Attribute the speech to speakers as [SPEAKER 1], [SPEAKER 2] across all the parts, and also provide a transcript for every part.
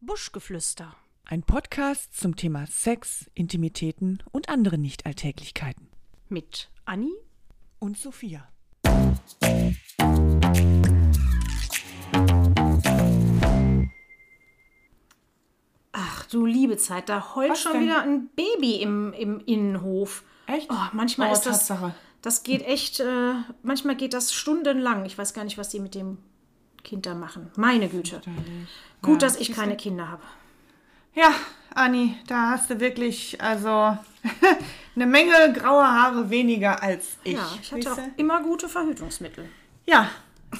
[SPEAKER 1] Buschgeflüster.
[SPEAKER 2] Ein Podcast zum Thema Sex, Intimitäten und andere Nichtalltäglichkeiten.
[SPEAKER 1] Mit Anni
[SPEAKER 2] Und Sophia.
[SPEAKER 1] Ach du liebe Zeit, da heult
[SPEAKER 2] Was
[SPEAKER 1] schon
[SPEAKER 2] denn?
[SPEAKER 1] wieder ein Baby im, im Innenhof.
[SPEAKER 2] Echt?
[SPEAKER 1] Oh, manchmal
[SPEAKER 2] Oh,
[SPEAKER 1] ist das.
[SPEAKER 2] Tatsache.
[SPEAKER 1] Das geht echt, äh, manchmal geht das stundenlang. Ich weiß gar nicht, was die mit dem Kind da machen. Meine Güte. Gut, dass ich keine Kinder habe.
[SPEAKER 3] Ja, Anni, da hast du wirklich, also eine Menge graue Haare weniger als ich.
[SPEAKER 1] Ja, ich hatte
[SPEAKER 3] siehste?
[SPEAKER 1] auch immer gute Verhütungsmittel.
[SPEAKER 3] ja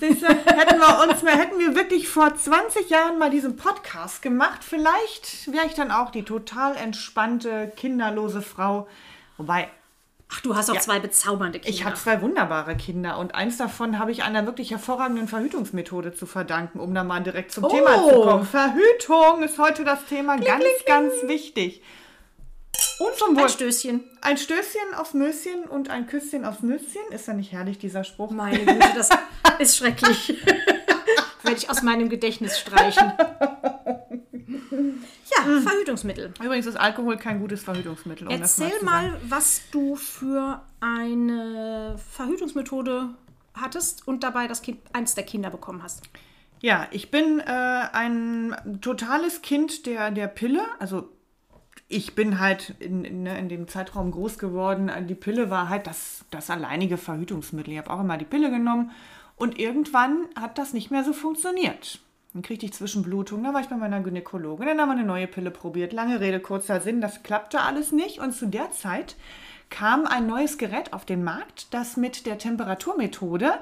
[SPEAKER 3] siehst du, hätten wir uns mal, hätten wir wirklich vor 20 Jahren mal diesen Podcast gemacht, vielleicht wäre ich dann auch die total entspannte, kinderlose Frau. Wobei,
[SPEAKER 1] Ach, du hast auch zwei bezaubernde Kinder.
[SPEAKER 3] ich habe zwei wunderbare Kinder und eins davon habe ich einer wirklich hervorragenden Verhütungsmethode zu verdanken, um da mal direkt zum Thema zu kommen. Verhütung ist heute das Thema ganz, ganz wichtig. Und zum
[SPEAKER 1] ein
[SPEAKER 3] Wohl.
[SPEAKER 1] Stößchen.
[SPEAKER 3] Ein Stößchen aufs Möschen und ein Küsschen aufs Nüsschen. Ist ja nicht herrlich, dieser Spruch?
[SPEAKER 1] Meine Güte, das ist schrecklich. Werde ich aus meinem Gedächtnis streichen. Ja, Verhütungsmittel.
[SPEAKER 3] Übrigens ist Alkohol kein gutes Verhütungsmittel. Um das
[SPEAKER 1] Erzähl
[SPEAKER 3] zu sagen.
[SPEAKER 1] mal, was du für eine Verhütungsmethode hattest und dabei das Kind, eins der Kinder bekommen hast.
[SPEAKER 3] Ja, ich bin äh, ein totales Kind der, der Pille. Also ich bin halt in, in, ne, in dem Zeitraum groß geworden. Die Pille war halt das, das alleinige Verhütungsmittel. Ich habe auch immer die Pille genommen. Und irgendwann hat das nicht mehr so funktioniert. Dann kriegte ich Zwischenblutung, da war ich bei meiner Gynäkologin, dann haben wir eine neue Pille probiert. Lange Rede, kurzer Sinn, das klappte alles nicht. Und zu der Zeit kam ein neues Gerät auf den Markt, das mit der Temperaturmethode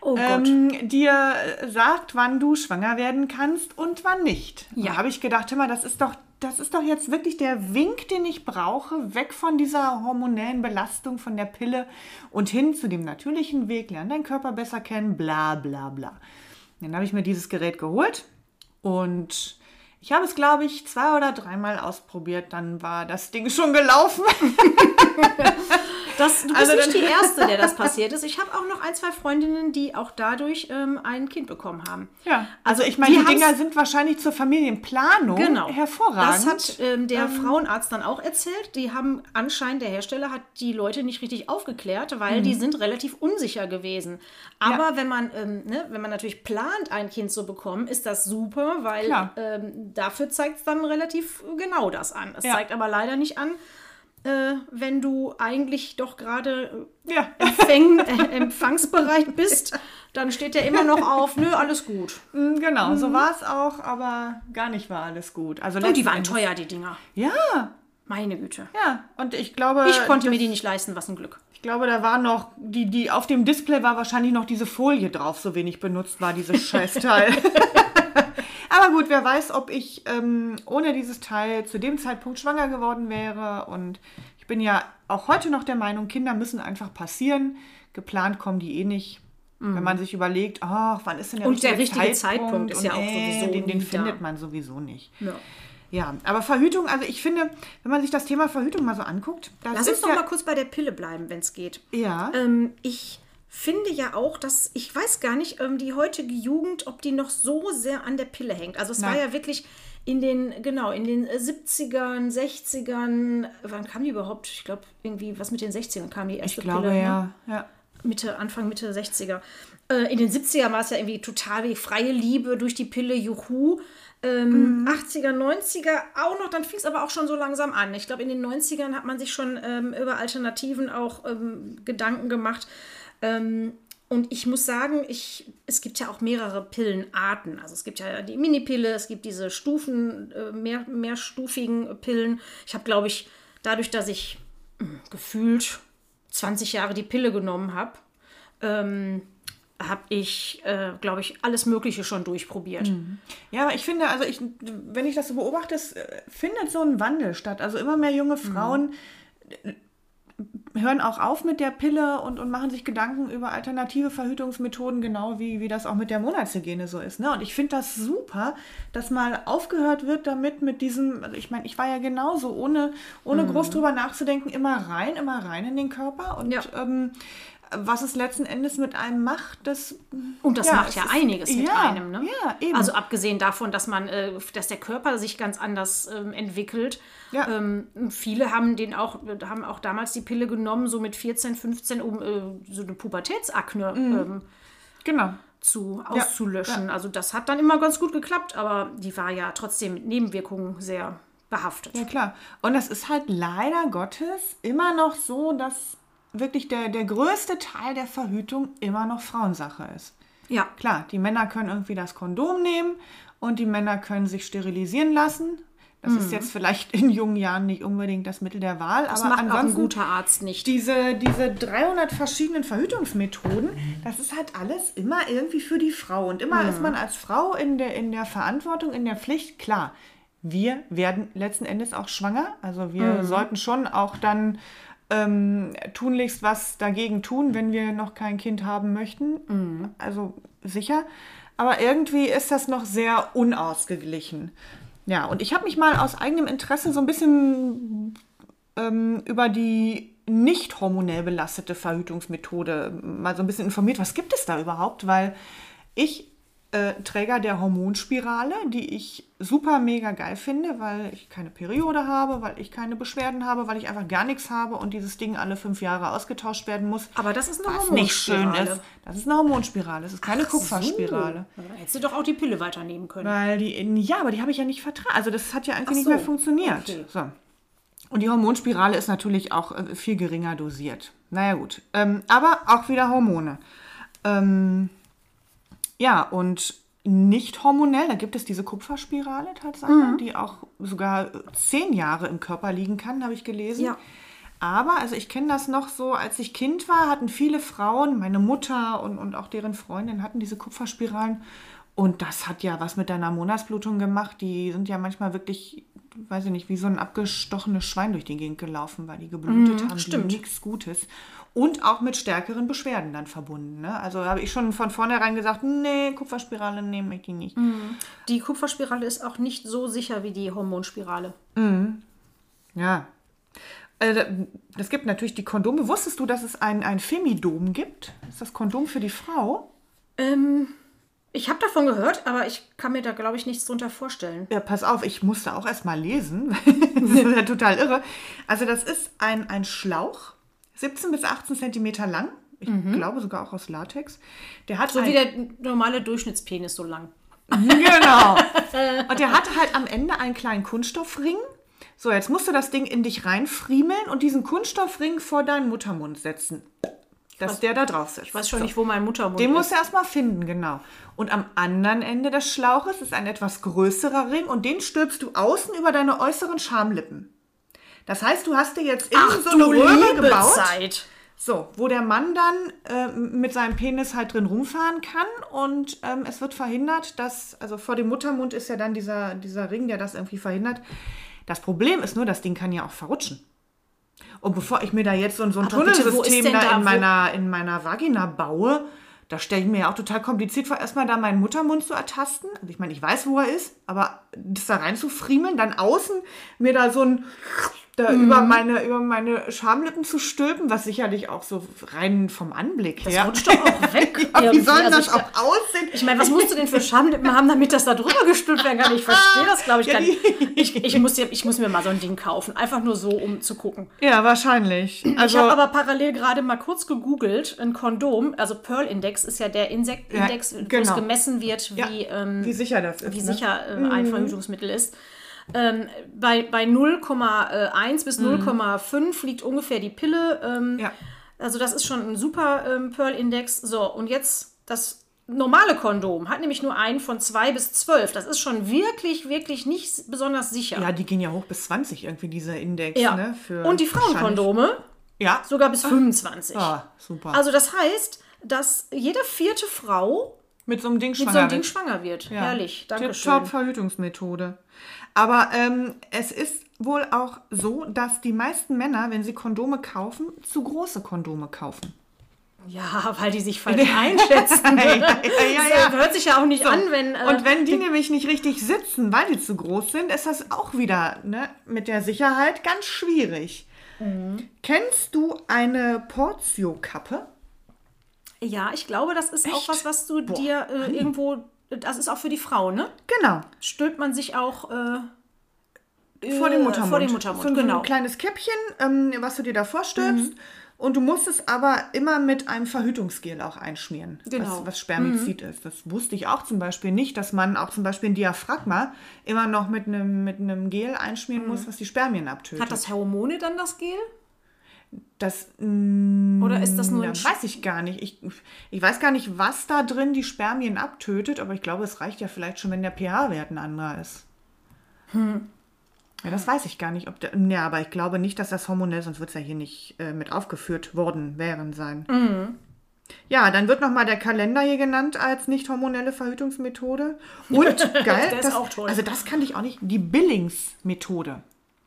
[SPEAKER 1] Oh Gott.
[SPEAKER 3] ähm, dir sagt, wann du schwanger werden kannst und wann nicht.
[SPEAKER 1] Ja.
[SPEAKER 3] Da habe ich gedacht, hör mal, das ist doch, das ist doch jetzt wirklich der Wink, den ich brauche, weg von dieser hormonellen Belastung von der Pille und hin zu dem natürlichen Weg, lern deinen Körper besser kennen, bla bla bla. Dann habe ich mir dieses Gerät geholt und ich habe es, glaube ich, zwei oder dreimal ausprobiert. Dann war das Ding schon gelaufen.
[SPEAKER 1] Das, du bist
[SPEAKER 3] Also
[SPEAKER 1] nicht
[SPEAKER 3] dann-
[SPEAKER 1] die Erste, der das passiert ist. Ich habe auch noch ein, zwei Freundinnen, die auch dadurch ähm, ein Kind bekommen haben.
[SPEAKER 3] Ja, also ich meine, die
[SPEAKER 1] haben's-
[SPEAKER 3] Dinger sind wahrscheinlich zur Familienplanung
[SPEAKER 1] Genau.
[SPEAKER 3] Oh,
[SPEAKER 1] Das
[SPEAKER 3] hervorragend.
[SPEAKER 1] hat ähm, der Frauenarzt dann auch erzählt. Die haben anscheinend, der Hersteller hat die Leute nicht richtig aufgeklärt, weil
[SPEAKER 3] Mhm.
[SPEAKER 1] die sind relativ unsicher gewesen. Aber wenn man, ähm, ne, wenn man natürlich plant, ein Kind zu bekommen, ist das super, weil
[SPEAKER 3] Klar.
[SPEAKER 1] ähm, dafür zeigt es dann relativ genau das an. Es
[SPEAKER 3] Ja.
[SPEAKER 1] zeigt aber leider nicht an, äh, wenn du eigentlich doch gerade äh,
[SPEAKER 3] ja.
[SPEAKER 1] empfäng, äh, empfangsbereit bist, dann steht der immer noch auf, nö, alles gut.
[SPEAKER 3] Mm, Genau, so war es auch, aber gar nicht war alles gut. Also
[SPEAKER 1] Und die
[SPEAKER 3] letzten
[SPEAKER 1] waren
[SPEAKER 3] Endes-
[SPEAKER 1] teuer, die Dinger.
[SPEAKER 3] Ja,
[SPEAKER 1] Meine Güte.
[SPEAKER 3] ja. Und ich glaube,
[SPEAKER 1] Ich konnte mir die nicht leisten, was ein Glück.
[SPEAKER 3] ich glaube, da war noch, die, die auf dem Display war wahrscheinlich noch diese Folie drauf, so wenig benutzt war dieses Scheißteil. aber gut, wer weiß, ob ich ähm, ohne dieses Teil zu dem Zeitpunkt schwanger geworden wäre. Und ich bin ja auch heute noch der Meinung, Kinder müssen einfach passieren. Geplant kommen die eh nicht. Wenn man sich überlegt, ach, wann ist denn der
[SPEAKER 1] Mhm. Und
[SPEAKER 3] richtige
[SPEAKER 1] der richtige Zeitpunkt ist
[SPEAKER 3] Und,
[SPEAKER 1] ja auch
[SPEAKER 3] äh,
[SPEAKER 1] sowieso
[SPEAKER 3] Den,
[SPEAKER 1] nie
[SPEAKER 3] den
[SPEAKER 1] da.
[SPEAKER 3] findet man sowieso nicht. Ja, aber Verhütung, also ich finde, wenn man sich das Thema Verhütung mal so anguckt, das
[SPEAKER 1] Lass
[SPEAKER 3] ist
[SPEAKER 1] uns noch
[SPEAKER 3] Also ja,
[SPEAKER 1] mal kurz bei der Pille bleiben, wenn es geht.
[SPEAKER 3] Ja.
[SPEAKER 1] Ähm, ich finde ja auch, dass ich weiß gar nicht, ähm, die heutige Jugend, ob die noch so sehr an der Pille hängt. Also es war
[SPEAKER 3] Nein.
[SPEAKER 1] ja wirklich in den genau in den äh, 70ern, 60ern, wann kam die überhaupt? Ich glaube irgendwie was mit den 60ern kam die erste
[SPEAKER 3] ich glaube
[SPEAKER 1] Pille. Ne?
[SPEAKER 3] ja, ja.
[SPEAKER 1] Mitte, Anfang, Mitte 60er. Äh, in den 70er war es ja irgendwie total wie freie Liebe durch die Pille, juhu. Ähm, 80er, 90er auch noch, dann fing es aber auch schon so langsam an. Ich glaube, in den 90ern hat man sich schon ähm, über Alternativen auch ähm, Gedanken gemacht. Ähm, und ich muss sagen, ich, es gibt ja auch mehrere Pillenarten. Also es gibt ja die Minipille, es gibt diese Stufen, äh, mehr, mehrstufigen Pillen. Ich habe, glaube ich, dadurch, dass ich mh, gefühlt 20 Jahre die Pille genommen habe, ähm, habe ich, äh, glaube ich, alles Mögliche schon durchprobiert.
[SPEAKER 3] Mhm. Ja, aber ich finde, also ich, wenn ich das so beobachte, es äh, findet so ein Wandel statt. Also immer mehr junge Frauen äh, hören auch auf mit der Pille und, und machen sich Gedanken über alternative Verhütungsmethoden, genau wie, wie das auch mit der Monatshygiene so ist. Ne? Und ich finde das super, dass mal aufgehört wird damit mit diesem, also ich meine, ich war ja genauso,
[SPEAKER 1] Mhm.
[SPEAKER 3] ohne, ohne groß drüber nachzudenken, immer rein, immer rein in den Körper. Und
[SPEAKER 1] Ja.
[SPEAKER 3] ähm, was es letzten Endes mit einem macht, das.
[SPEAKER 1] Und das
[SPEAKER 3] Ja,
[SPEAKER 1] macht
[SPEAKER 3] es
[SPEAKER 1] ja
[SPEAKER 3] ist-
[SPEAKER 1] einiges mit
[SPEAKER 3] ja,
[SPEAKER 1] einem, ne?
[SPEAKER 3] ja, eben.
[SPEAKER 1] Also abgesehen davon, dass man, äh, dass der Körper sich ganz anders ähm, entwickelt.
[SPEAKER 3] Ja.
[SPEAKER 1] Ähm, viele haben den auch, haben auch damals die Pille genommen, so mit 14, 15, um äh, so eine Pubertätsakne
[SPEAKER 3] Mhm.
[SPEAKER 1] ähm,
[SPEAKER 3] Genau.
[SPEAKER 1] zu, auszulöschen. Also das hat dann immer ganz gut geklappt, aber die war ja trotzdem mit Nebenwirkungen sehr behaftet.
[SPEAKER 3] Ja, klar. Und das ist halt leider Gottes immer noch so, dass wirklich der, der größte Teil der Verhütung immer noch Frauensache ist.
[SPEAKER 1] Ja.
[SPEAKER 3] Klar, die Männer können irgendwie das Kondom nehmen und die Männer können sich sterilisieren lassen. Das ist jetzt vielleicht in jungen Jahren nicht unbedingt das Mittel der Wahl,
[SPEAKER 1] Mhm. Das
[SPEAKER 3] aber
[SPEAKER 1] macht auch ein
[SPEAKER 3] ansonsten
[SPEAKER 1] guter Arzt nicht.
[SPEAKER 3] diese, diese 300 verschiedenen Verhütungsmethoden, das ist halt alles immer irgendwie für die Frau. Und immer ist man als Frau in der, in der Verantwortung, in der Pflicht. Klar, wir werden letzten Endes auch schwanger. Also wir sollten schon auch dann ähm, tunlichst was dagegen tun, wenn wir noch kein Kind haben möchten. Also sicher. Aber irgendwie ist das noch sehr unausgeglichen. Ja, und ich habe mich mal aus eigenem Interesse so ein bisschen ähm, über die nicht hormonell belastete Verhütungsmethode mal so ein bisschen informiert. Was gibt es da überhaupt? Weil ich äh, Träger der Hormonspirale, die ich super mega geil finde, weil ich keine Periode habe, weil ich keine Beschwerden habe, weil ich einfach gar nichts habe und dieses Ding alle fünf Jahre ausgetauscht werden muss.
[SPEAKER 1] Aber das ist eine
[SPEAKER 3] was nicht schön
[SPEAKER 1] Hormonspirale.
[SPEAKER 3] ist. Das ist eine Hormonspirale. Es ist keine Kupferspirale.
[SPEAKER 1] So. Dann Hättest du doch auch die Pille weiternehmen können.
[SPEAKER 3] Weil die, ja, aber die habe ich ja nicht vertragen. Also das hat ja irgendwie
[SPEAKER 1] Ach
[SPEAKER 3] nicht
[SPEAKER 1] so,
[SPEAKER 3] mehr funktioniert.
[SPEAKER 1] okay.
[SPEAKER 3] So. Und die Hormonspirale ist natürlich auch äh, viel geringer dosiert. Naja gut. Ähm, aber auch wieder Hormone. Ähm, ja, und nicht hormonell, da gibt es diese Kupferspirale Tatsache,
[SPEAKER 1] Mhm.
[SPEAKER 3] die auch sogar äh, zehn Jahre im Körper liegen kann, habe ich gelesen.
[SPEAKER 1] Ja.
[SPEAKER 3] Aber, also ich kenne das noch so, als ich Kind war, hatten viele Frauen, meine Mutter und, und auch deren Freundin hatten diese Kupferspiralen. Und das hat ja was mit deiner Monatsblutung gemacht. Die sind ja manchmal wirklich, weiß ich nicht, wie so ein abgestochenes Schwein durch die Gegend gelaufen, weil die geblutet haben.
[SPEAKER 1] stimmt.
[SPEAKER 3] Die nichts Gutes. Und auch mit stärkeren Beschwerden dann verbunden. Ne? Also habe ich schon von vornherein gesagt, nee, Kupferspirale nehme ich die nicht.
[SPEAKER 1] Die Kupferspirale ist auch nicht so sicher wie die Hormonspirale.
[SPEAKER 3] Ja. Also, es gibt natürlich die Kondome. Wusstest du, dass es ein, ein Femidom gibt? Das ist das Kondom für die Frau?
[SPEAKER 1] Ähm, ich habe davon gehört, aber ich kann mir da, glaube ich, nichts drunter vorstellen.
[SPEAKER 3] Ja, pass auf, ich musste auch erstmal lesen. das ist ja total irre. Also, das ist ein, ein Schlauch, 17 bis 18 Zentimeter lang. Ich glaube sogar auch aus Latex. Der hat
[SPEAKER 1] Mhm. So
[SPEAKER 3] ein-
[SPEAKER 1] wie der normale Durchschnittspenis so lang.
[SPEAKER 3] Genau. Und der hatte halt am Ende einen kleinen Kunststoffring. So, jetzt musst du das Ding in dich reinfriemeln und diesen Kunststoffring vor deinen Muttermund setzen. Dass der da drauf sitzt.
[SPEAKER 1] Ich weiß schon nicht, wo mein Muttermund
[SPEAKER 3] Den
[SPEAKER 1] ist.
[SPEAKER 3] musst du erstmal finden, genau. Und am anderen Ende des Schlauches ist ein etwas größerer Ring und den stülpst du außen über deine äußeren Schamlippen. Das heißt, du hast dir jetzt innen so eine Röhre gebaut.
[SPEAKER 1] Zeit.
[SPEAKER 3] So, wo der Mann dann äh, mit seinem Penis halt drin rumfahren kann und ähm, es wird verhindert, dass, also vor dem Muttermund ist ja dann dieser, dieser Ring, der das irgendwie verhindert. Das Problem ist nur, das Ding kann ja auch verrutschen. Und bevor ich mir da jetzt so, ein- so ein
[SPEAKER 1] Aber bitte, wo ist
[SPEAKER 3] Tunnelsystem
[SPEAKER 1] denn
[SPEAKER 3] da,
[SPEAKER 1] da-
[SPEAKER 3] in,
[SPEAKER 1] wo-
[SPEAKER 3] meiner, in meiner Vagina baue, da stelle ich mir ja auch total kompliziert vor, erstmal da meinen Muttermund zu ertasten. Also ich meine, ich weiß, wo er ist, aber das da rein zu friemeln, dann außen mir da so ein da über,
[SPEAKER 1] Mhm.
[SPEAKER 3] meine, über meine Schamlippen zu stülpen, was sicherlich auch so rein vom Anblick
[SPEAKER 1] Das
[SPEAKER 3] her.
[SPEAKER 1] rutscht doch auch weg.
[SPEAKER 3] Ja, wie
[SPEAKER 1] irgendwie.
[SPEAKER 3] soll
[SPEAKER 1] Also
[SPEAKER 3] das
[SPEAKER 1] ich-
[SPEAKER 3] auch aussehen?
[SPEAKER 1] Ich meine, was musst du denn für Schamlippen haben, damit das da drüber gestülpt werden kann? Ich verstehe das, glaube ich,
[SPEAKER 3] Ja,
[SPEAKER 1] gar nicht.
[SPEAKER 3] die-
[SPEAKER 1] Ich, ich, muss, ja- ich muss mir mal so ein Ding kaufen. Einfach nur so, um zu gucken.
[SPEAKER 3] ja, wahrscheinlich. Also,
[SPEAKER 1] ich habe aber parallel gerade mal kurz gegoogelt, ein Kondom, also Pearl Index ist ja der Insektindex,
[SPEAKER 3] Ja,
[SPEAKER 1] wo es
[SPEAKER 3] genau.
[SPEAKER 1] gemessen wird,
[SPEAKER 3] Ja,
[SPEAKER 1] wie, ähm,
[SPEAKER 3] wie sicher das ist.
[SPEAKER 1] wie
[SPEAKER 3] ne?
[SPEAKER 1] sicher äh, ein Verhütungsmittel ist. Ähm, bei bei 0,1
[SPEAKER 3] Mhm.
[SPEAKER 1] bis 0,5 liegt ungefähr die Pille. Ähm,
[SPEAKER 3] Ja.
[SPEAKER 1] Also das ist schon ein super ähm, Pearl-Index. So, und jetzt das normale Kondom hat nämlich nur einen von 2 bis 12. Das ist schon wirklich, wirklich nicht s- besonders sicher.
[SPEAKER 3] Ja, die gehen ja hoch bis 20 irgendwie, dieser Index.
[SPEAKER 1] Ja.
[SPEAKER 3] Ne, für
[SPEAKER 1] und die
[SPEAKER 3] wahrscheinlich-
[SPEAKER 1] Frauenkondome
[SPEAKER 3] Ja,
[SPEAKER 1] sogar bis 25.
[SPEAKER 3] Ah, super.
[SPEAKER 1] Also das heißt, dass jede vierte Frau
[SPEAKER 3] mit so einem Ding
[SPEAKER 1] mit
[SPEAKER 3] schwanger
[SPEAKER 1] so einem Ding
[SPEAKER 3] wird.
[SPEAKER 1] schwanger wird.
[SPEAKER 3] Ja.
[SPEAKER 1] Herrlich, danke schön.
[SPEAKER 3] Top-Verhütungsmethode. Aber ähm, es ist wohl auch so, dass die meisten Männer, wenn sie Kondome kaufen, zu große Kondome kaufen.
[SPEAKER 1] Ja, weil die sich falsch einschätzen.
[SPEAKER 3] Ja, ja, ja, ja.
[SPEAKER 1] Das hört sich ja auch nicht an, wenn... Äh,
[SPEAKER 3] Und wenn die nämlich nicht richtig sitzen, weil die zu groß sind, ist das auch wieder ne, mit der
[SPEAKER 1] Mhm.
[SPEAKER 3] Sicherheit ganz schwierig. Kennst du eine Portio-Kappe?
[SPEAKER 1] Ja, ich glaube, das ist auch
[SPEAKER 3] Echt?
[SPEAKER 1] was, was du
[SPEAKER 3] Boah.
[SPEAKER 1] dir äh, irgendwo. Das ist auch für die Frau, ne?
[SPEAKER 3] Genau.
[SPEAKER 1] Stülpt man sich auch äh,
[SPEAKER 3] Vor
[SPEAKER 1] äh,
[SPEAKER 3] dem Muttermund.
[SPEAKER 1] Vor dem Muttermund,
[SPEAKER 3] so, ein- So
[SPEAKER 1] genau. Mhm.
[SPEAKER 3] ein kleines Käppchen, ähm, was du dir davor stülpst. Und du musst es aber immer mit einem Verhütungsgel auch einschmieren,
[SPEAKER 1] Genau.
[SPEAKER 3] was, was Spermizid ist. Das wusste ich auch zum Beispiel nicht, dass man auch zum Beispiel ein Diaphragma immer noch mit einem, mit einem Gel einschmieren muss, was die Spermien abtötet.
[SPEAKER 1] Mhm. Hat das Hormone dann das Gel?
[SPEAKER 3] das mm,
[SPEAKER 1] Oder ist das nur
[SPEAKER 3] ja,
[SPEAKER 1] ein Sch-
[SPEAKER 3] weiß ich gar nicht. Ich, ich weiß gar nicht, was da drin die Spermien abtötet, aber ich glaube, es reicht ja vielleicht schon, wenn der pH-Wert ein anderer ist. Ja, das weiß ich gar nicht, ob der. Ja, aber ich glaube nicht, dass das hormonell, sonst wird es ja hier nicht äh, mit aufgeführt worden wären sein.
[SPEAKER 1] Mhm.
[SPEAKER 3] Ja, dann wird nochmal der Kalender hier genannt als nicht hormonelle Verhütungsmethode. Und geil,
[SPEAKER 1] Der ist
[SPEAKER 3] das,
[SPEAKER 1] auch toll.
[SPEAKER 3] also das kannte ich auch nicht. Die Billings-Methode.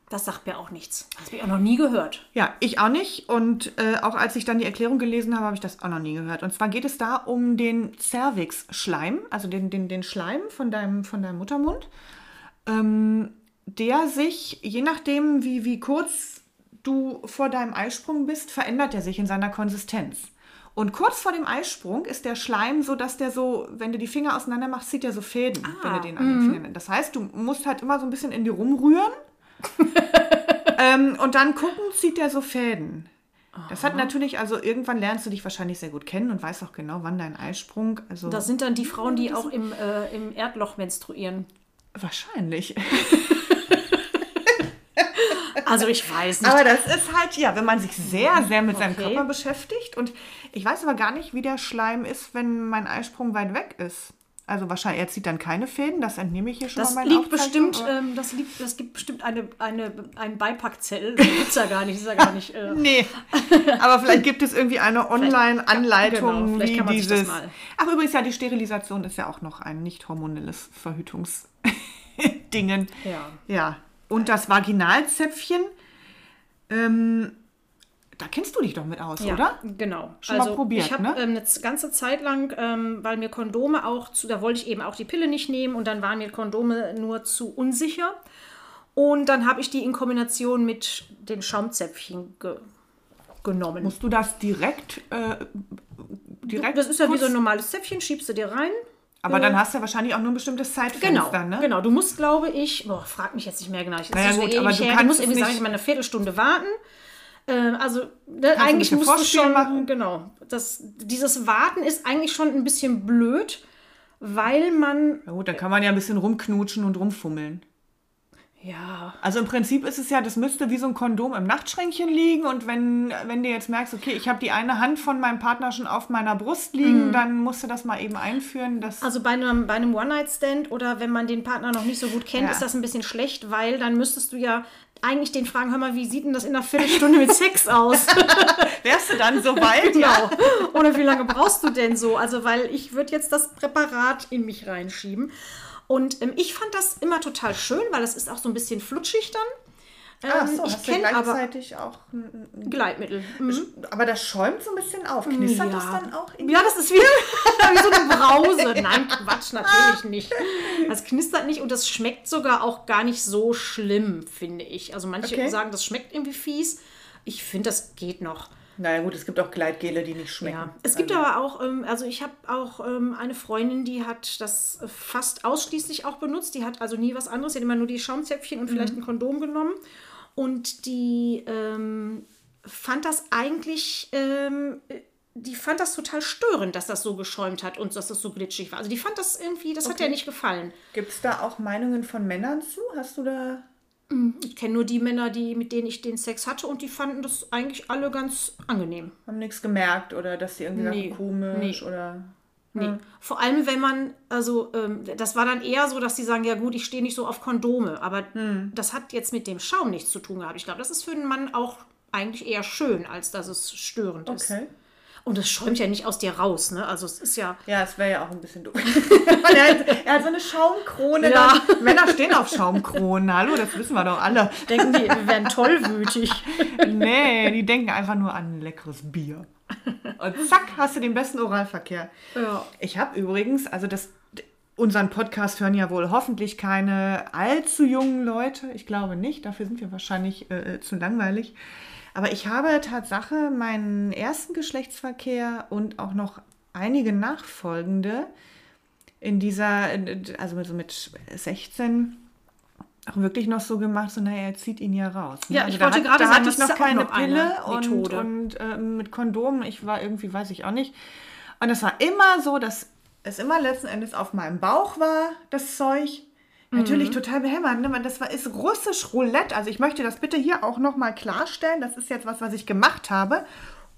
[SPEAKER 1] Das sagt mir auch nichts. Das habe ich auch noch nie gehört.
[SPEAKER 3] Ja, ich auch nicht. Und äh, auch als ich dann die Erklärung gelesen habe, habe ich das auch noch nie gehört. Und zwar geht es da um den Cervix-Schleim, also den, den, den Schleim von deinem, von deinem Muttermund, ähm, der sich, je nachdem, wie, wie kurz du vor deinem Eisprung bist, verändert er sich in seiner Konsistenz. Und kurz vor dem Eisprung ist der Schleim so, dass der so, wenn du die Finger auseinander machst, zieht er so Fäden, wenn du den an den Fingern. Das heißt, du musst halt immer so ein bisschen in die rumrühren ähm, und dann gucken, zieht der so Fäden. Das hat natürlich, also irgendwann lernst du dich wahrscheinlich sehr gut kennen und weißt auch genau, wann dein Eisprung, also
[SPEAKER 1] Das sind dann die Frauen, die auch im, äh, im Erdloch menstruieren.
[SPEAKER 3] wahrscheinlich.
[SPEAKER 1] Also ich weiß nicht.
[SPEAKER 3] Aber das ist halt, ja, wenn man sich sehr, sehr mit seinem
[SPEAKER 1] Okay.
[SPEAKER 3] Körper beschäftigt und ich weiß aber gar nicht, wie der Schleim ist, wenn mein Eisprung weit weg ist. Also wahrscheinlich, er zieht dann keine Fäden, das entnehme ich hier schon
[SPEAKER 1] Das
[SPEAKER 3] mal meinen
[SPEAKER 1] liegt
[SPEAKER 3] Aufzeichnungen,
[SPEAKER 1] bestimmt,
[SPEAKER 3] aber-
[SPEAKER 1] ähm, das liegt, das gibt bestimmt eine, eine, ein Beipackzettel. Das gibt's ja gar nicht, ist ja gar nicht. Äh,
[SPEAKER 3] Nee, aber vielleicht gibt es irgendwie eine
[SPEAKER 1] Vielleicht- genau,
[SPEAKER 3] Online-Anleitung,
[SPEAKER 1] vielleicht
[SPEAKER 3] wie
[SPEAKER 1] kann man sich das
[SPEAKER 3] dieses.
[SPEAKER 1] mal-
[SPEAKER 3] Ach, übrigens, ja, die Sterilisation ist ja auch noch ein nicht hormonelles Verhütungsdingen.
[SPEAKER 1] Ja.
[SPEAKER 3] Ja. Und das Vaginalzäpfchen, ähm, da kennst du dich doch mit aus,
[SPEAKER 1] ja,
[SPEAKER 3] oder?
[SPEAKER 1] Genau.
[SPEAKER 3] Schon mal probiert,
[SPEAKER 1] ich habe
[SPEAKER 3] ne?
[SPEAKER 1] ähm, eine z- ganze Zeit lang, ähm, weil mir Kondome auch zu, da wollte ich eben auch die Pille nicht nehmen und dann waren mir Kondome nur zu unsicher. Und dann habe ich die in Kombination mit den Schaumzäpfchen ge genommen.
[SPEAKER 3] Musst du das direkt, äh, direkt.
[SPEAKER 1] das ist ja wie
[SPEAKER 3] kurz-
[SPEAKER 1] so ein normales Zäpfchen, schiebst du dir rein.
[SPEAKER 3] Aber dann hast du ja wahrscheinlich auch nur ein bestimmtes Zeitfenster,
[SPEAKER 1] Genau,
[SPEAKER 3] ne?
[SPEAKER 1] genau. Du musst, glaube ich, boah, frag mich jetzt nicht mehr genau. Ich, das
[SPEAKER 3] Naja,
[SPEAKER 1] ist schon
[SPEAKER 3] gut,
[SPEAKER 1] ewig
[SPEAKER 3] aber du
[SPEAKER 1] her.
[SPEAKER 3] kannst
[SPEAKER 1] du musst
[SPEAKER 3] es
[SPEAKER 1] irgendwie, sage ich
[SPEAKER 3] nicht-
[SPEAKER 1] mal, eine Viertelstunde warten. Ähm, also ne,
[SPEAKER 3] ein
[SPEAKER 1] eigentlich
[SPEAKER 3] bisschen
[SPEAKER 1] musst du
[SPEAKER 3] Vorspiel
[SPEAKER 1] schon
[SPEAKER 3] machen.
[SPEAKER 1] Genau. Das, dieses Warten ist eigentlich schon ein bisschen blöd, weil man
[SPEAKER 3] Na gut, dann kann man ja ein bisschen rumknutschen und rumfummeln.
[SPEAKER 1] ja
[SPEAKER 3] Also im Prinzip ist es ja, das müsste wie so ein Kondom im Nachtschränkchen liegen und wenn, wenn du jetzt merkst, okay, ich habe die eine Hand von meinem Partner schon auf meiner Brust
[SPEAKER 1] Mhm.
[SPEAKER 3] liegen, dann musst du das mal eben einführen. Dass,
[SPEAKER 1] Also bei einem, bei einem One-Night-Stand oder wenn man den Partner noch nicht so gut kennt,
[SPEAKER 3] Ja.
[SPEAKER 1] ist das ein bisschen schlecht, weil dann müsstest du ja eigentlich den fragen, hör mal, wie sieht denn das in einer Viertelstunde mit Sex aus?
[SPEAKER 3] wärst du dann so weit?
[SPEAKER 1] genau. Oder wie lange brauchst du denn so? Also weil ich würde jetzt das Präparat in mich reinschieben. Und ähm, ich fand das immer total schön, weil das ist auch so ein bisschen flutschig dann. Ähm,
[SPEAKER 3] Ach Ah, so,
[SPEAKER 1] ich
[SPEAKER 3] hast du
[SPEAKER 1] kenne aber
[SPEAKER 3] gleichzeitig auch.
[SPEAKER 1] Gleitmittel. Mhm.
[SPEAKER 3] Aber das schäumt so ein bisschen auf. Knistert das dann auch? In
[SPEAKER 1] Ja, das ist wie, wie so eine Brause. Nein, Quatsch, natürlich nicht. Das knistert nicht und das schmeckt sogar auch gar nicht so schlimm, finde ich. Also manche
[SPEAKER 3] Okay.
[SPEAKER 1] sagen, das schmeckt irgendwie fies. Ich finde, das geht noch.
[SPEAKER 3] Naja gut, es gibt auch Gleitgele, die nicht schmecken.
[SPEAKER 1] Ja. Es gibt aber auch, ähm, also ich habe auch ähm, eine Freundin, die hat das äh, fast ausschließlich auch benutzt. Die hat also nie was anderes, die hat immer nur die Schaumzäpfchen und vielleicht ein Kondom genommen. Und die ähm, fand das eigentlich, ähm, die fand das total störend, dass das so geschäumt hat und dass das so glitschig war. Also die fand das irgendwie, das hat ihr nicht gefallen.
[SPEAKER 3] Gibt es da auch Meinungen von Männern zu? Hast du da.
[SPEAKER 1] Ich kenne nur die Männer, die, mit denen ich den Sex hatte und die fanden das eigentlich alle ganz angenehm.
[SPEAKER 3] haben nichts gemerkt oder dass die irgendwie
[SPEAKER 1] Nee,
[SPEAKER 3] sagen, komisch
[SPEAKER 1] nee.
[SPEAKER 3] oder.
[SPEAKER 1] Nee. Vor allem, wenn man, also ähm, das war dann eher so, dass die sagen, ja gut, ich stehe nicht so auf Kondome, aber
[SPEAKER 3] Hm.
[SPEAKER 1] das hat jetzt mit dem Schaum nichts zu tun gehabt. Ich glaube, das ist für einen Mann auch eigentlich eher schön, als dass es störend ist.
[SPEAKER 3] Okay.
[SPEAKER 1] Und es schäumt ja nicht aus dir raus, ne? Also es ist ja,
[SPEAKER 3] Ja, es wäre ja auch ein bisschen doof. Weil er, hat, er hat so eine Schaumkrone.
[SPEAKER 1] Ja.
[SPEAKER 3] da. Männer stehen auf Schaumkronen. Hallo, das wissen wir doch alle.
[SPEAKER 1] denken die, wir wären tollwütig.
[SPEAKER 3] Nee, die denken einfach nur an ein leckeres Bier. Und zack, hast du den besten Oralverkehr.
[SPEAKER 1] Ja.
[SPEAKER 3] Ich habe übrigens, also das, unseren Podcast hören ja wohl hoffentlich keine allzu jungen Leute. Ich glaube nicht, dafür sind wir wahrscheinlich äh, zu äh, langweilig. Aber ich habe Tatsache meinen ersten Geschlechtsverkehr und auch noch einige nachfolgende in dieser, also mit, so mit 16 auch wirklich noch so gemacht, so naja, er zieht ihn ja raus. ne?
[SPEAKER 1] Ja, ich
[SPEAKER 3] da
[SPEAKER 1] wollte
[SPEAKER 3] hat-
[SPEAKER 1] gerade
[SPEAKER 3] da
[SPEAKER 1] sagen,
[SPEAKER 3] hatte
[SPEAKER 1] das
[SPEAKER 3] ich noch
[SPEAKER 1] ist auch
[SPEAKER 3] keine
[SPEAKER 1] noch eine
[SPEAKER 3] Pille und,
[SPEAKER 1] Methode.
[SPEAKER 3] und äh, mit Kondom. Ich war irgendwie, weiß ich auch nicht. Und es war immer so, dass es immer letzten Endes auf meinem Bauch war, das Zeug.
[SPEAKER 1] Mhm.
[SPEAKER 3] Natürlich total behämmert, ne? weil das war, ist russisch Roulette. Also ich möchte das bitte hier auch nochmal klarstellen. Das ist jetzt was, was ich gemacht habe.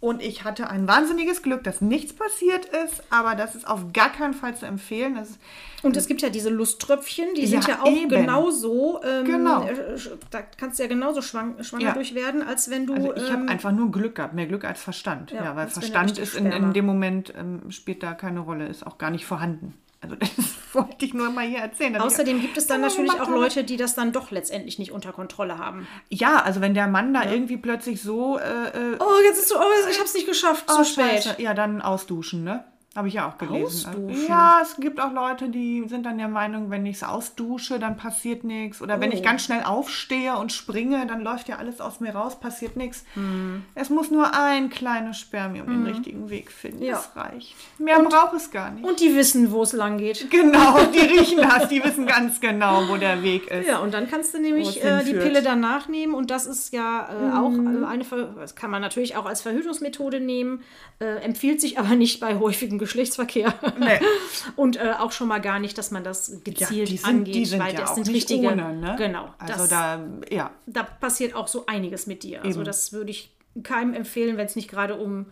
[SPEAKER 3] Und ich hatte ein wahnsinniges Glück, dass nichts passiert ist, aber das ist auf gar keinen Fall zu empfehlen. Das ist
[SPEAKER 1] Und es gibt ja diese Lusttröpfchen, die sind
[SPEAKER 3] Ja,
[SPEAKER 1] ja auch
[SPEAKER 3] eben.
[SPEAKER 1] genauso. Ähm,
[SPEAKER 3] Genau.
[SPEAKER 1] äh, sch- Da kannst du ja genauso schwang, schwanger
[SPEAKER 3] Ja.
[SPEAKER 1] durch werden, als wenn du.
[SPEAKER 3] Also ich habe
[SPEAKER 1] ähm,
[SPEAKER 3] einfach nur Glück gehabt, mehr Glück als Verstand. Ja,
[SPEAKER 1] Ja,
[SPEAKER 3] weil
[SPEAKER 1] als wenn da
[SPEAKER 3] Verstand
[SPEAKER 1] richtig
[SPEAKER 3] ist in,
[SPEAKER 1] Sperma-
[SPEAKER 3] in dem Moment, ähm, spielt da keine Rolle, ist auch gar nicht vorhanden. Also das wollte ich nur mal hier erzählen. dass ich-
[SPEAKER 1] Außerdem gibt es dann
[SPEAKER 3] das mal
[SPEAKER 1] natürlich
[SPEAKER 3] gemacht
[SPEAKER 1] auch
[SPEAKER 3] habe.
[SPEAKER 1] Leute, die das dann doch letztendlich nicht unter Kontrolle haben.
[SPEAKER 3] Ja, also wenn der Mann da irgendwie plötzlich so äh, äh,
[SPEAKER 1] Oh, jetzt ist so, oh, ich hab's nicht geschafft, zu
[SPEAKER 3] oh,
[SPEAKER 1] spät.
[SPEAKER 3] Scheiße. Ja, dann ausduschen, ne? Habe ich ja auch gelesen.
[SPEAKER 1] Ausduschen?
[SPEAKER 3] Ja, es gibt auch Leute, die sind dann der Meinung, wenn ich es ausdusche, dann passiert nichts. Oder
[SPEAKER 1] Oh.
[SPEAKER 3] wenn ich ganz schnell aufstehe und springe, dann läuft ja alles aus mir raus, passiert nichts.
[SPEAKER 1] Hm.
[SPEAKER 3] Es muss nur ein kleines Spermium den richtigen Weg finden.
[SPEAKER 1] Ja.
[SPEAKER 3] Das reicht. Mehr braucht es gar nicht.
[SPEAKER 1] Und die wissen, wo es lang geht.
[SPEAKER 3] genau, die riechen das. Die wissen ganz genau, wo der Weg ist.
[SPEAKER 1] Ja, und dann kannst du
[SPEAKER 3] Wo es
[SPEAKER 1] nämlich äh, die
[SPEAKER 3] hinführt.
[SPEAKER 1] Pille danach nehmen und das ist ja äh, auch äh, eine, Ver das kann man natürlich auch als Verhütungsmethode nehmen, äh, empfiehlt sich aber nicht bei häufigem Geschlechtsverkehr.
[SPEAKER 3] Nee.
[SPEAKER 1] Und äh, auch schon mal gar nicht, dass man das gezielt angeht, weil das sind richtige.
[SPEAKER 3] ne?
[SPEAKER 1] Genau.
[SPEAKER 3] Also
[SPEAKER 1] das,
[SPEAKER 3] da, ja.
[SPEAKER 1] da passiert auch so einiges mit dir. Also
[SPEAKER 3] Eben.
[SPEAKER 1] das würde ich keinem empfehlen, wenn es nicht gerade um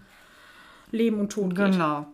[SPEAKER 1] Leben und Tod geht.
[SPEAKER 3] Genau.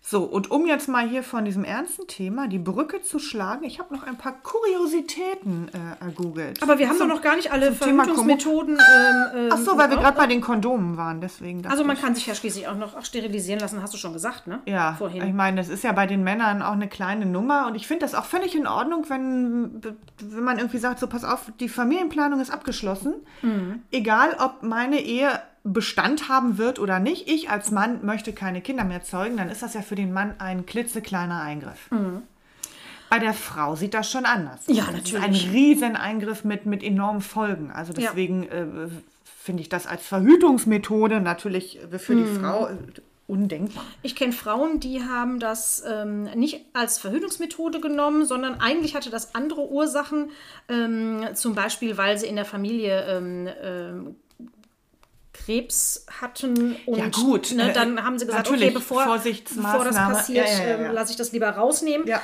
[SPEAKER 3] So, und um jetzt mal hier von diesem ernsten Thema die Brücke zu schlagen, ich habe noch ein paar Kuriositäten äh, ergoogelt.
[SPEAKER 1] Aber wir haben doch noch gar nicht alle
[SPEAKER 3] Thema
[SPEAKER 1] Verhütungsmethoden. Ähm, ähm,
[SPEAKER 3] Ach so, weil wir gerade bei den Kondomen waren, deswegen. dachte
[SPEAKER 1] also man
[SPEAKER 3] ich-
[SPEAKER 1] kann sich ja schließlich auch noch sterilisieren lassen, hast du schon gesagt, ne?
[SPEAKER 3] ja,
[SPEAKER 1] Vorhin.
[SPEAKER 3] ich meine, das ist ja bei den Männern auch eine kleine Nummer und ich finde das auch völlig in Ordnung, wenn, wenn man irgendwie sagt, so pass auf, die Familienplanung ist abgeschlossen.
[SPEAKER 1] Mhm.
[SPEAKER 3] Egal, ob meine Ehe Bestand haben wird oder nicht, ich als Mann möchte keine Kinder mehr zeugen, dann ist das ja für den Mann ein klitzekleiner Eingriff. Bei der Frau sieht das schon anders.
[SPEAKER 1] Mhm. Ja,
[SPEAKER 3] Das ist
[SPEAKER 1] natürlich.
[SPEAKER 3] Ein Rieseneingriff mit, mit enormen Folgen. Also
[SPEAKER 1] Ja.
[SPEAKER 3] deswegen äh, finde ich das als Verhütungsmethode natürlich für
[SPEAKER 1] Mhm.
[SPEAKER 3] die Frau äh, undenkbar.
[SPEAKER 1] Ich kenne Frauen, die haben das ähm, nicht als Verhütungsmethode genommen, sondern eigentlich hatte das andere Ursachen, ähm, zum Beispiel, weil sie in der Familie ähm, ähm, Krebs hatten und
[SPEAKER 3] Ja, gut,
[SPEAKER 1] Ne,
[SPEAKER 3] äh,
[SPEAKER 1] dann haben sie gesagt, okay,
[SPEAKER 3] natürlich,
[SPEAKER 1] bevor, bevor das
[SPEAKER 3] Vorsichtsmaßnahme.
[SPEAKER 1] passiert,
[SPEAKER 3] Ja, ja, ja,
[SPEAKER 1] ähm,
[SPEAKER 3] ja.
[SPEAKER 1] lasse ich das lieber rausnehmen.
[SPEAKER 3] Ja.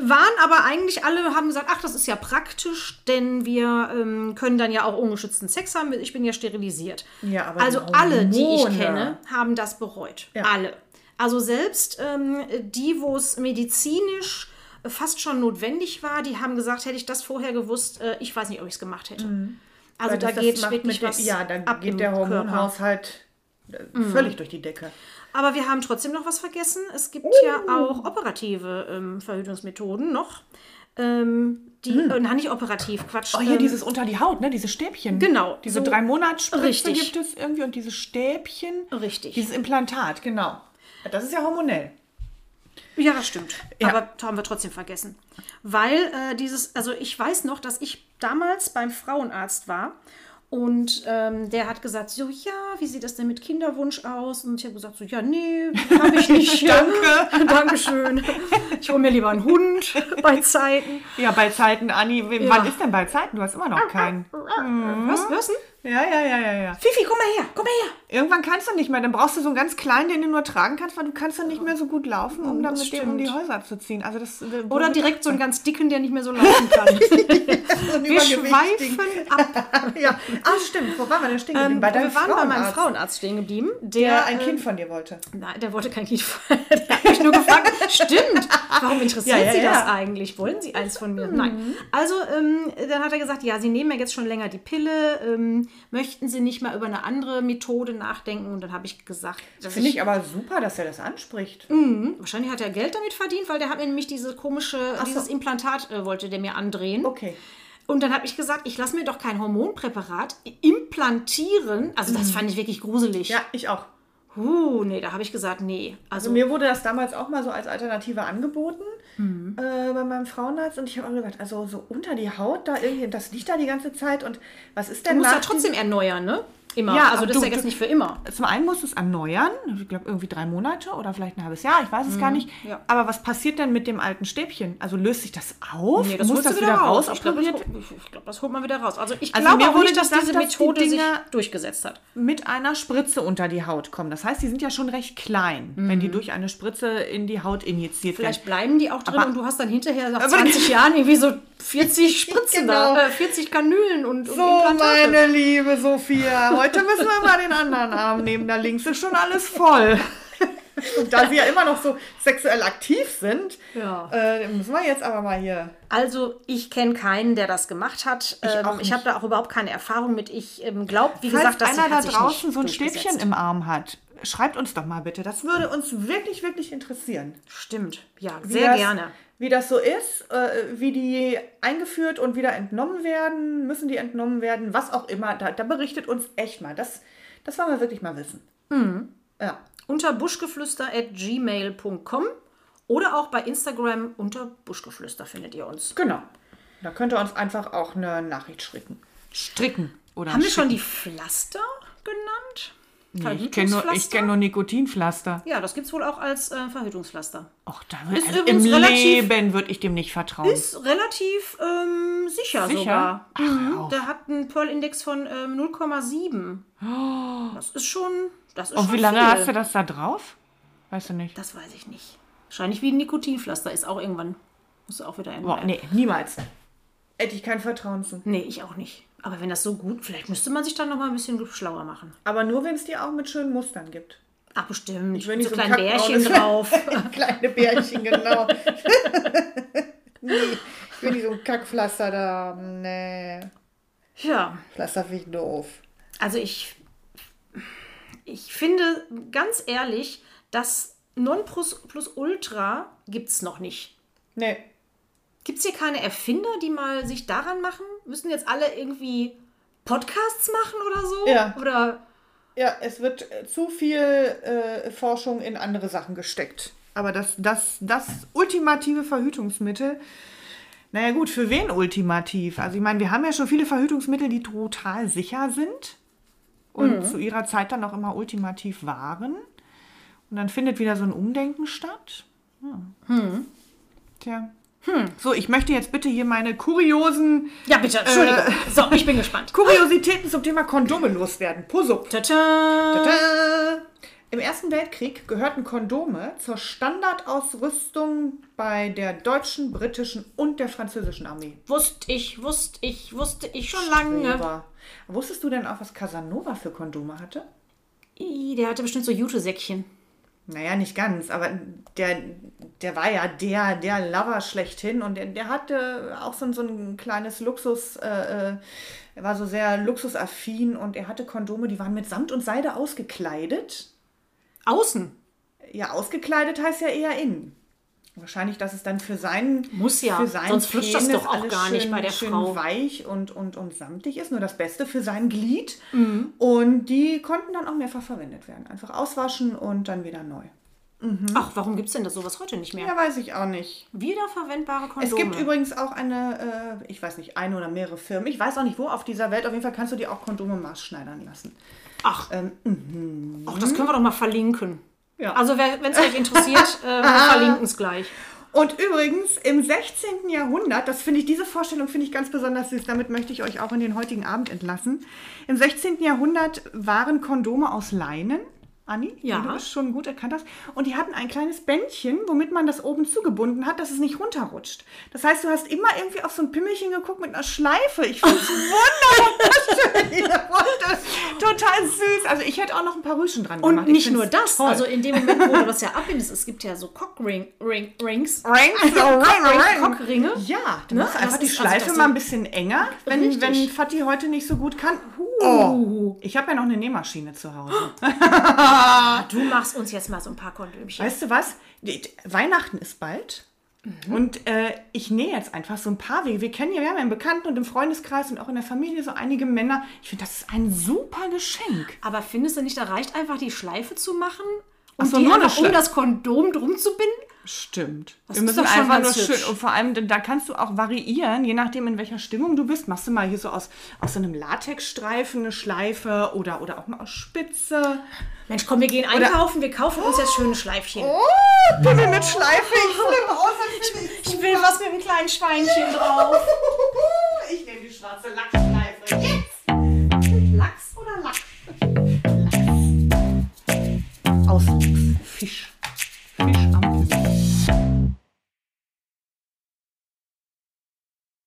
[SPEAKER 1] Waren aber eigentlich alle, haben gesagt, ach, das ist ja praktisch, denn wir ähm, können dann ja auch ungeschützten Sex haben, ich bin ja sterilisiert.
[SPEAKER 3] Ja, aber
[SPEAKER 1] also
[SPEAKER 3] die
[SPEAKER 1] alle, die ich
[SPEAKER 3] Hormone.
[SPEAKER 1] kenne, haben das bereut. Alle. Also selbst ähm, die, wo es medizinisch fast schon notwendig war, die haben gesagt, hätte ich das vorher gewusst, äh, ich weiß nicht, ob ich es gemacht hätte. Also
[SPEAKER 3] Mhm. Weil
[SPEAKER 1] da
[SPEAKER 3] das- das
[SPEAKER 1] geht
[SPEAKER 3] macht
[SPEAKER 1] wirklich
[SPEAKER 3] mit der-
[SPEAKER 1] was
[SPEAKER 3] Ja, da
[SPEAKER 1] ab im
[SPEAKER 3] geht der
[SPEAKER 1] Körper.
[SPEAKER 3] Hormonhaushalt äh, völlig durch die Decke.
[SPEAKER 1] Aber wir haben trotzdem noch was vergessen. Es gibt ja
[SPEAKER 3] Uh.
[SPEAKER 1] auch operative ähm, Verhütungsmethoden noch. Ähm, die, äh, na, nicht operativ, Quatsch.
[SPEAKER 3] Hm. Oh, hier
[SPEAKER 1] ähm,
[SPEAKER 3] dieses unter die Haut, ne? Diese Stäbchen.
[SPEAKER 1] Genau,
[SPEAKER 3] Diese
[SPEAKER 1] so-
[SPEAKER 3] drei Monatsspritze
[SPEAKER 1] Richtig.
[SPEAKER 3] gibt es irgendwie und diese Stäbchen.
[SPEAKER 1] Richtig.
[SPEAKER 3] Dieses Implantat, genau. Das ist ja hormonell.
[SPEAKER 1] Ja, stimmt.
[SPEAKER 3] Ja.
[SPEAKER 1] Aber haben wir trotzdem vergessen. Weil äh, dieses, also ich weiß noch, dass ich damals beim Frauenarzt war und ähm, der hat gesagt, so ja, wie sieht das denn mit Kinderwunsch aus? Und ich habe gesagt, so ja, nee, habe ich nicht. Danke. Dankeschön. Ich hole mir lieber einen Hund bei Zeiten.
[SPEAKER 3] Ja, bei Zeiten, Anni, we- wann ist denn bei Zeiten? Du hast immer noch keinen.
[SPEAKER 1] Äh, Was, was denn?
[SPEAKER 3] Ah, Ja, ja, ja, ja, ja.
[SPEAKER 1] Fifi, komm mal her, komm mal her.
[SPEAKER 3] Irgendwann kannst du nicht mehr. Dann brauchst du so einen ganz kleinen, den du nur tragen kannst, weil du kannst dann nicht mehr so gut laufen, um dann mit dem um die Häuser zu ziehen. Also das äh,
[SPEAKER 1] Oder direkt so einen ganz dicken, der nicht mehr so laufen kann. Wir schweifen ab.
[SPEAKER 3] ja. Ah, stimmt. Wo waren wir denn stehen geblieben?
[SPEAKER 1] Wir waren bei meinem Frauenarzt stehen geblieben, der, äh,
[SPEAKER 3] der ein Kind von dir wollte.
[SPEAKER 1] Nein, der wollte kein Lied von- Der hat mich nur gefragt, stimmt, warum interessiert
[SPEAKER 3] Ja, Mhm. ja,
[SPEAKER 1] Sie das
[SPEAKER 3] ja.
[SPEAKER 1] eigentlich? Wollen Sie eins von mir? Nein. Also, ähm, dann hat er gesagt, ja, Sie nehmen ja jetzt schon länger die Pille. Ähm, möchten Sie nicht mal über eine andere Methode nachdenken? Und dann habe ich gesagt, dass
[SPEAKER 3] Finde
[SPEAKER 1] ich,
[SPEAKER 3] ich aber super, dass er das anspricht.
[SPEAKER 1] wahrscheinlich hat er Geld damit verdient, weil der hat mir nämlich diese komische, dieses Implantat äh, wollte der mir andrehen.
[SPEAKER 3] Okay.
[SPEAKER 1] Und dann habe ich gesagt, ich lasse mir doch kein Hormonpräparat implantieren. Also das fand ich wirklich gruselig.
[SPEAKER 3] Mhm. Ja, ich auch.
[SPEAKER 1] Uh, nee, da habe ich gesagt, nee. Also,
[SPEAKER 3] Also mir wurde das damals auch mal so als Alternative angeboten äh, bei meinem Frauenarzt und ich habe auch gedacht, also so unter die Haut da irgendwie, das liegt da die ganze Zeit und was ist
[SPEAKER 1] du
[SPEAKER 3] denn
[SPEAKER 1] musst ja
[SPEAKER 3] nach
[SPEAKER 1] trotzdem erneuern, ne? Immer.
[SPEAKER 3] Ja,
[SPEAKER 1] also das ist
[SPEAKER 3] du-
[SPEAKER 1] ja jetzt
[SPEAKER 3] du-
[SPEAKER 1] nicht für immer.
[SPEAKER 3] Zum einen musst du es erneuern, ich glaube irgendwie drei Monate oder vielleicht ein halbes Jahr, ich weiß es gar nicht.
[SPEAKER 1] ja.
[SPEAKER 3] Aber was passiert denn mit dem alten Stäbchen? Also löst sich das auf?
[SPEAKER 1] Nee, das
[SPEAKER 3] Muss
[SPEAKER 1] holst du
[SPEAKER 3] das wieder raus?
[SPEAKER 1] Ich glaube, das,
[SPEAKER 3] operiert?
[SPEAKER 1] hol- ich glaub, das holt man wieder raus. Also ich
[SPEAKER 3] Also
[SPEAKER 1] glaube
[SPEAKER 3] mir
[SPEAKER 1] auch
[SPEAKER 3] wurde
[SPEAKER 1] nicht, dass
[SPEAKER 3] gesagt,
[SPEAKER 1] diese
[SPEAKER 3] dass die
[SPEAKER 1] Methode
[SPEAKER 3] Dinger-
[SPEAKER 1] sich durchgesetzt hat.
[SPEAKER 3] mit einer Spritze unter die Haut kommen. Das heißt, die sind ja schon recht klein, wenn die durch eine Spritze in die Haut injiziert werden.
[SPEAKER 1] Mhm. Vielleicht bleiben die auch drin
[SPEAKER 3] Aber-
[SPEAKER 1] und du hast dann hinterher nach 20 Jahren irgendwie so 40 Spritzen da,
[SPEAKER 3] Genau.
[SPEAKER 1] äh, 40 Kanülen und, und
[SPEAKER 3] So, meine liebe Sophia, heute müssen wir mal den anderen Arm nehmen. Da links ist schon alles voll. Und da sie ja immer noch so sexuell aktiv sind,
[SPEAKER 1] Ja.
[SPEAKER 3] äh, müssen wir jetzt aber mal hier.
[SPEAKER 1] Also ich kenne keinen, der das gemacht hat. Ich,
[SPEAKER 3] auch
[SPEAKER 1] ähm, ich habe da auch überhaupt keine Erfahrung mit. Ich ähm, glaube, wie gesagt, dass
[SPEAKER 3] Falls einer
[SPEAKER 1] hat
[SPEAKER 3] da
[SPEAKER 1] sich
[SPEAKER 3] draußen
[SPEAKER 1] nicht
[SPEAKER 3] so ein
[SPEAKER 1] durchgesetzt.
[SPEAKER 3] Stäbchen im Arm hat, schreibt uns doch mal bitte. Das würde uns wirklich, wirklich interessieren.
[SPEAKER 1] Stimmt, ja,
[SPEAKER 3] Wie
[SPEAKER 1] sehr
[SPEAKER 3] das,
[SPEAKER 1] gerne.
[SPEAKER 3] Wie das so ist, äh, wie die eingeführt und wieder entnommen werden, müssen die entnommen werden, was auch immer. Da, da berichtet uns echt mal. Das, das wollen wir wirklich mal wissen. Ja.
[SPEAKER 1] Unter buschgeflüster at gmail.com oder auch bei Instagram unter buschgeflüster findet ihr uns.
[SPEAKER 3] Genau. Da könnt ihr uns einfach auch eine Nachricht stricken. Stricken oder
[SPEAKER 1] Haben wir schon die Pflaster genannt?
[SPEAKER 3] Ich kenne nur, ich kenn nur Nikotinpflaster.
[SPEAKER 1] Ja, das gibt es wohl auch als äh, Verhütungspflaster.
[SPEAKER 3] Ach, da wird,
[SPEAKER 1] Ist
[SPEAKER 3] also im
[SPEAKER 1] übrigens relativ-
[SPEAKER 3] Leben würde ich dem nicht vertrauen.
[SPEAKER 1] Ist relativ ähm, sicher,
[SPEAKER 3] Sicher?
[SPEAKER 1] sogar.
[SPEAKER 3] Ach, hör
[SPEAKER 1] Mhm.
[SPEAKER 3] auf.
[SPEAKER 1] Der hat einen Pearl-Index von ähm, 0,7. Das ist schon. Das ist
[SPEAKER 3] Oh. Und
[SPEAKER 1] schon
[SPEAKER 3] wie lange
[SPEAKER 1] viel.
[SPEAKER 3] hast du das da drauf? Weißt du nicht.
[SPEAKER 1] Das weiß ich nicht. Wahrscheinlich wie ein Nikotinpflaster ist auch irgendwann. Musst du auch wieder ändern.
[SPEAKER 3] Boah, nee, niemals. Hätte ich kein Vertrauen zu.
[SPEAKER 1] Nee, ich auch nicht. Aber wenn das so gut, vielleicht müsste man sich dann noch mal ein bisschen schlauer machen.
[SPEAKER 3] Aber nur, wenn es die auch mit schönen Mustern gibt.
[SPEAKER 1] Ach, bestimmt.
[SPEAKER 3] will
[SPEAKER 1] so
[SPEAKER 3] nicht so ein
[SPEAKER 1] kleine Bärchen
[SPEAKER 3] kackbraunes-
[SPEAKER 1] drauf.
[SPEAKER 3] Kleine Bärchen, genau. nee, ich will nicht so ein Kackpflaster da haben. Nee,
[SPEAKER 1] ja,
[SPEAKER 3] Pflaster finde ich doof.
[SPEAKER 1] also ich, ich finde ganz ehrlich, das Nonplusultra gibt es noch nicht.
[SPEAKER 3] Nee,
[SPEAKER 1] Gibt es hier keine Erfinder, die mal sich daran machen? Müssen jetzt alle irgendwie Podcasts machen oder so?
[SPEAKER 3] Ja.
[SPEAKER 1] Oder
[SPEAKER 3] Ja, es wird äh, zu viel äh, Forschung in andere Sachen gesteckt. Aber das, das, das ultimative Verhütungsmittel, naja gut, für wen ultimativ? Also ich meine, wir haben ja schon viele Verhütungsmittel, die total sicher sind und zu ihrer Zeit dann auch immer ultimativ waren. Und dann findet wieder so ein Umdenken statt. Mhm. Hm. Tja. So, ich möchte jetzt bitte hier meine kuriosen
[SPEAKER 1] ja, bitte, Entschuldigung. äh, So, ich bin gespannt.
[SPEAKER 3] Kuriositäten zum Thema Kondome loswerden. Pusup.
[SPEAKER 1] Tada!
[SPEAKER 3] Tada! Im Ersten Weltkrieg gehörten Kondome zur Standardausrüstung bei der deutschen, britischen und der französischen Armee.
[SPEAKER 1] Wusste ich, wusste ich, wusste ich schon lange.
[SPEAKER 3] Casanova. Wusstest du denn auch, was Casanova für Kondome hatte?
[SPEAKER 1] Ih, der hatte bestimmt so Jute-Säckchen.
[SPEAKER 3] Naja, nicht ganz, aber der, der war ja der, der Lover schlechthin und der, der hatte auch so, ein- so ein kleines Luxus, äh, äh, er war so sehr luxusaffin und er hatte Kondome, die waren mit Samt und Seide ausgekleidet.
[SPEAKER 1] Außen.
[SPEAKER 3] Ja, ausgekleidet heißt ja eher innen. Wahrscheinlich, dass es dann für seinen
[SPEAKER 1] Muss ja,
[SPEAKER 3] für seinen
[SPEAKER 1] sonst flutscht das
[SPEAKER 3] Penis
[SPEAKER 1] doch auch
[SPEAKER 3] alles
[SPEAKER 1] gar
[SPEAKER 3] schön,
[SPEAKER 1] nicht bei der
[SPEAKER 3] schön
[SPEAKER 1] Frau.
[SPEAKER 3] weich und, und, und samtig ist, nur das Beste für sein Glied.
[SPEAKER 1] Mhm.
[SPEAKER 3] Und die konnten dann auch mehrfach verwendet werden. Einfach auswaschen und dann wieder neu.
[SPEAKER 1] Ach, warum gibt es denn das sowas heute nicht mehr?
[SPEAKER 3] Mhm. Ja, weiß ich auch nicht.
[SPEAKER 1] Wiederverwendbare Kondome.
[SPEAKER 3] Es gibt übrigens auch eine, äh, ich weiß nicht, eine oder mehrere Firmen. Ich weiß auch nicht, wo auf dieser Welt. Auf jeden Fall kannst du dir auch Kondome maßschneidern lassen.
[SPEAKER 1] Ach, Ach, das können wir doch mal verlinken.
[SPEAKER 3] Ähm, mhm. Ja.
[SPEAKER 1] Also, wenn es euch interessiert, äh, wir verlinken es gleich.
[SPEAKER 3] Und übrigens im 16. Jahrhundert, das finde ich, diese Vorstellung finde ich ganz besonders süß, damit möchte ich euch auch in den heutigen Abend entlassen. Im 16. Jahrhundert waren Kondome aus Leinen, Anni,
[SPEAKER 1] Ja.
[SPEAKER 3] wie du es schon gut erkannt hast, und die hatten ein kleines Bändchen, womit man das oben zugebunden hat, dass es nicht runterrutscht. Das heißt, du hast immer irgendwie auf so ein Pimmelchen geguckt mit einer Schleife. Ich finde es wunderschön. Total süß. Also ich hätte auch noch ein paar Rüschen dran
[SPEAKER 1] Und
[SPEAKER 3] gemacht. Ich
[SPEAKER 1] nicht
[SPEAKER 3] find's
[SPEAKER 1] nur das,
[SPEAKER 3] toll.
[SPEAKER 1] also in dem Moment, wo du das ja abnimmst, es gibt ja so Cockring, Ring, Rings.
[SPEAKER 3] Rings,
[SPEAKER 1] Also
[SPEAKER 3] oh,
[SPEAKER 1] Cockring, Cockringe.
[SPEAKER 3] Ja, dann
[SPEAKER 1] Ne?
[SPEAKER 3] machst du einfach
[SPEAKER 1] Das
[SPEAKER 3] die
[SPEAKER 1] ist-
[SPEAKER 3] Schleife
[SPEAKER 1] also das
[SPEAKER 3] mal ein
[SPEAKER 1] sind-
[SPEAKER 3] bisschen enger, wenn,
[SPEAKER 1] Richtig.
[SPEAKER 3] wenn Fatih heute nicht so gut kann. Oh, ich habe ja noch eine Nähmaschine zu Hause.
[SPEAKER 1] Du machst uns jetzt mal so ein paar Kondomchen.
[SPEAKER 3] Weißt du was? Die- die- Weihnachten ist bald.
[SPEAKER 1] Mhm.
[SPEAKER 3] Und äh, ich nähe jetzt einfach so ein paar Wege. Wir kennen ja, wir haben ja im Bekannten und im Freundeskreis und auch in der Familie so einige Männer. Ich finde, das ist ein super Geschenk.
[SPEAKER 1] Aber findest du nicht, da reicht einfach die Schleife zu machen und
[SPEAKER 3] Ach so,
[SPEAKER 1] die
[SPEAKER 3] nur eine
[SPEAKER 1] einfach um
[SPEAKER 3] Schle-
[SPEAKER 1] das Kondom drum zu binden?
[SPEAKER 3] Stimmt.
[SPEAKER 1] Das
[SPEAKER 3] Wir
[SPEAKER 1] ist
[SPEAKER 3] müssen
[SPEAKER 1] doch schon
[SPEAKER 3] einfach nur
[SPEAKER 1] ganz
[SPEAKER 3] schön.
[SPEAKER 1] hübsch.
[SPEAKER 3] Und vor allem, da kannst du auch variieren, je nachdem, in welcher Stimmung du bist. Machst du mal hier so aus, aus so einem Latexstreifen eine Schleife oder, oder auch mal aus Spitze.
[SPEAKER 1] Mensch, komm, wir gehen einkaufen, wir kaufen uns jetzt schöne Schleifchen.
[SPEAKER 3] Oh, Pimmel mit Schleife. Ich flippe aus,
[SPEAKER 1] Ich will was mit einem kleinen Schweinchen drauf.
[SPEAKER 3] Ich nehme die schwarze Lackschleife. Jetzt! Lachs oder Lack? Lachs. Aus Lachs. Fisch. Fisch am Pimmel.